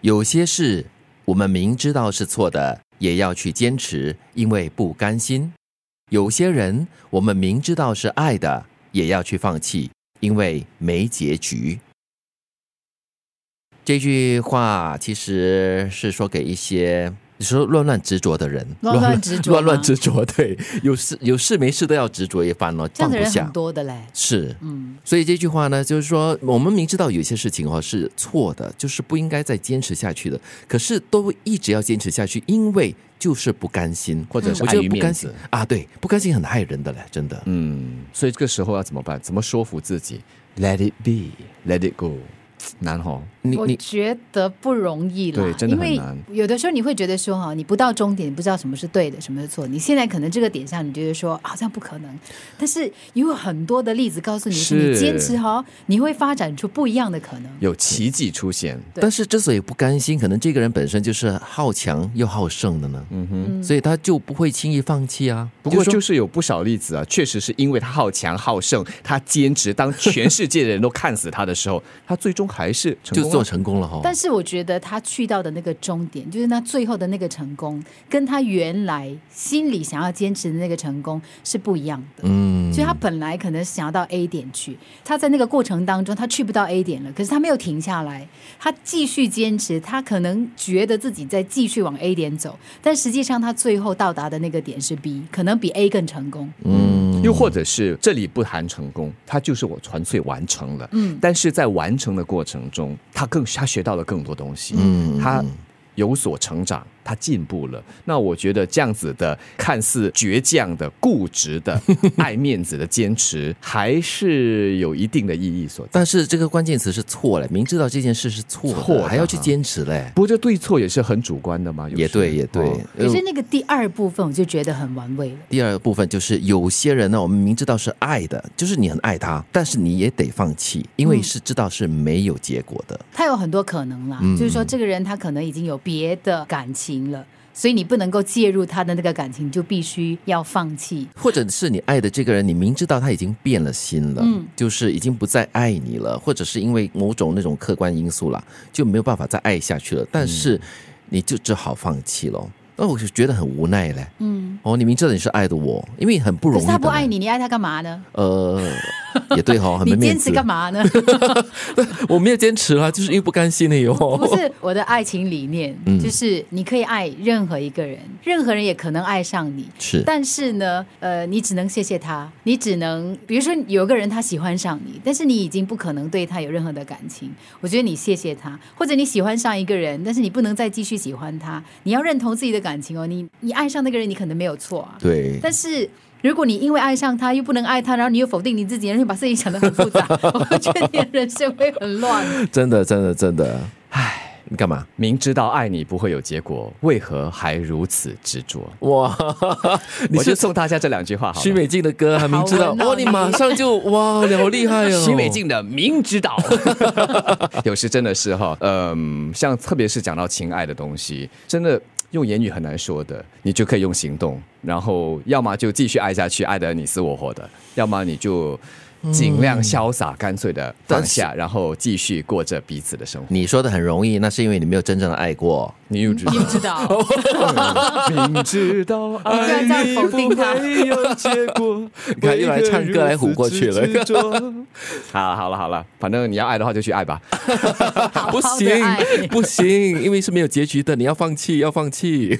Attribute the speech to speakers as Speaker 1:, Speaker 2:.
Speaker 1: 有些事我们明知道是错的，也要去坚持，因为不甘心；有些人我们明知道是爱的，也要去放弃，因为没结局。这句话其实是说给一些你说乱乱执着的人，
Speaker 2: 乱乱执着吗
Speaker 1: 乱乱执着，对，有事有事没事都要执着一番哦，
Speaker 2: 这
Speaker 1: 放
Speaker 2: 样的
Speaker 1: 不
Speaker 2: 人
Speaker 1: 下
Speaker 2: 很。多的嘞。
Speaker 1: 是，
Speaker 2: 嗯，
Speaker 1: 所以这句话呢，就是说，我们明知道有些事情哦是错的，就是不应该再坚持下去的，可是都一直要坚持下去，因为就是不甘心，
Speaker 3: 或者是
Speaker 1: 我
Speaker 3: 碍
Speaker 1: 觉得
Speaker 3: 于
Speaker 1: 不
Speaker 3: 面
Speaker 1: 甘心
Speaker 3: 子。
Speaker 1: 啊，对，不甘心很害人的嘞，真的。
Speaker 3: 嗯，所以这个时候要怎么办？怎么说服自己？Let it be，Let it go，难哦。
Speaker 1: 你
Speaker 2: 我
Speaker 1: 你
Speaker 2: 觉得不容易啦，
Speaker 3: 对真的很
Speaker 2: 因
Speaker 3: 难
Speaker 2: 为有的时候你会觉得说哈，你不到终点，你不知道什么是对的，什么是错的。你现在可能这个点上，你觉得说好像不可能，但是有很多的例子告诉你，
Speaker 3: 是
Speaker 2: 你坚持哈，你会发展出不一样的可能。
Speaker 3: 有奇迹出现，
Speaker 2: 对
Speaker 1: 但是之所以不甘心，可能这个人本身就是好强又好胜的呢，
Speaker 3: 嗯哼。
Speaker 1: 所以他就不会轻易放弃啊。
Speaker 3: 不过
Speaker 1: 是
Speaker 3: 就
Speaker 1: 说
Speaker 3: 是有不少例子啊，确实是因为他好强好胜，他坚持，当全世界的人都看死他的时候，他最终还是成
Speaker 1: 就
Speaker 3: 功
Speaker 1: 做
Speaker 3: 了。
Speaker 1: 成功了哈、
Speaker 2: 但是我觉得他去到的那个终点，就是他最后的那个成功，跟他原来心里想要坚持的那个成功是不一样的。
Speaker 1: 嗯
Speaker 2: 所以他本来可能想要到 A 点去，他在那个过程当中他去不到 A 点了，可是他没有停下来，他继续坚持，他可能觉得自己在继续往 A 点走，但实际上他最后到达的那个点是 B，可能比 A 更成功。
Speaker 3: 嗯，又或者是这里不谈成功，他就是我纯粹完成了。嗯，但是在完成的过程中，他更他学到了更多东西。嗯，他有所成长，他进步了。那我觉得这样子的看似倔强的、固执 的、爱面子的坚持，还是有一定的意义所在。
Speaker 1: 但是这个关键词是错嘞，明知道这件事是错的，
Speaker 3: 错的
Speaker 1: 还要去
Speaker 3: 哈
Speaker 1: 坚持嘞，
Speaker 3: 不过这对错也是很主观的嘛，有时
Speaker 1: 也对也对。
Speaker 3: 哦
Speaker 2: 可
Speaker 1: 呃
Speaker 2: 是那个第二部分我就觉得很玩味了。
Speaker 1: 第二个部分就是有些人呢，我们明知道是爱的，就是你很爱他，但是你也得放弃，因为是知道是没有结果的。
Speaker 2: 他有很多可能
Speaker 1: 嗯
Speaker 2: 啦，就是说这个人他可能已经有别的感情了，所以你不能够介入他的那个感情，就必须要放弃。
Speaker 1: 或者是你爱的这个人，你明知道他已经变了心了，
Speaker 2: 嗯
Speaker 1: 就是已经不再爱你了，或者是因为某种那种客观因素啦，就没有办法再爱下去了，
Speaker 2: 嗯
Speaker 1: 但是你就只好放弃了。那我就觉得很无奈嘞。
Speaker 2: 嗯，
Speaker 1: 哦，你明知道你是爱的我，因为很不
Speaker 2: 可
Speaker 1: 容易。
Speaker 2: 是他不爱，你，你爱他干嘛呢？
Speaker 1: 呃，也对哦哈、很没
Speaker 2: 你
Speaker 1: 面
Speaker 2: 坚
Speaker 1: 子
Speaker 2: 持。干 嘛呢？
Speaker 1: 我没有坚持啦，就是因为不甘心了哦哟。
Speaker 2: 不是我的爱情理念，
Speaker 1: 嗯
Speaker 2: 就是你可以爱任何一个人，任何人也可能爱上你。
Speaker 1: 是
Speaker 2: 但是呢，呃，你只能谢谢他，你只能，呃比如说有个人他喜欢上你，但是你已经不可能对他有任何的感情。我觉得你谢谢他，或者你喜欢上一个人，但是你不能再继续喜欢他，你要认同自己的感情哦。你你爱上那个人，你可能没有错啊，
Speaker 1: 对，
Speaker 2: 但是。如果你因为爱上他又不能爱他，然后你又否定你自己，然后你把自己想得很复杂， 我觉得你的人生会很乱。
Speaker 1: 真的，真的，真的，唉，你干嘛？
Speaker 3: 明知道爱你不会有结果，为何还如此执着？
Speaker 1: 哇，你
Speaker 3: 我就是送大家这两句话好
Speaker 1: 许
Speaker 3: 了。
Speaker 1: 美静的歌，还明知道
Speaker 2: 好文哦
Speaker 1: 哇，你马上 就哇，你好厉害哦！
Speaker 3: 徐美，静的明知道，有时真的是哈，嗯，像特别是讲到情爱的东西，真的用言语很难说的，你就可以用行动，然后要么就继续爱下去，爱得你死我活的，要么你就尽量潇洒干脆的放下，然后继续过着彼此的生活。
Speaker 1: 你说的很容易，那是因为你没有真正的爱过。
Speaker 3: 你又知道
Speaker 2: 你，知道，
Speaker 3: 明知道爱
Speaker 2: 你不要这
Speaker 3: 你
Speaker 2: 样否定
Speaker 3: 不
Speaker 2: 他
Speaker 3: 会有结果，
Speaker 1: 你看又来唱歌来唬过去了
Speaker 3: 为何如此执着。好了好了好了，反正你要爱的话就去爱吧。
Speaker 2: 好
Speaker 1: 不
Speaker 2: 好的爱。
Speaker 1: 行，不行，因为是没有结局的，你要放弃，要放弃。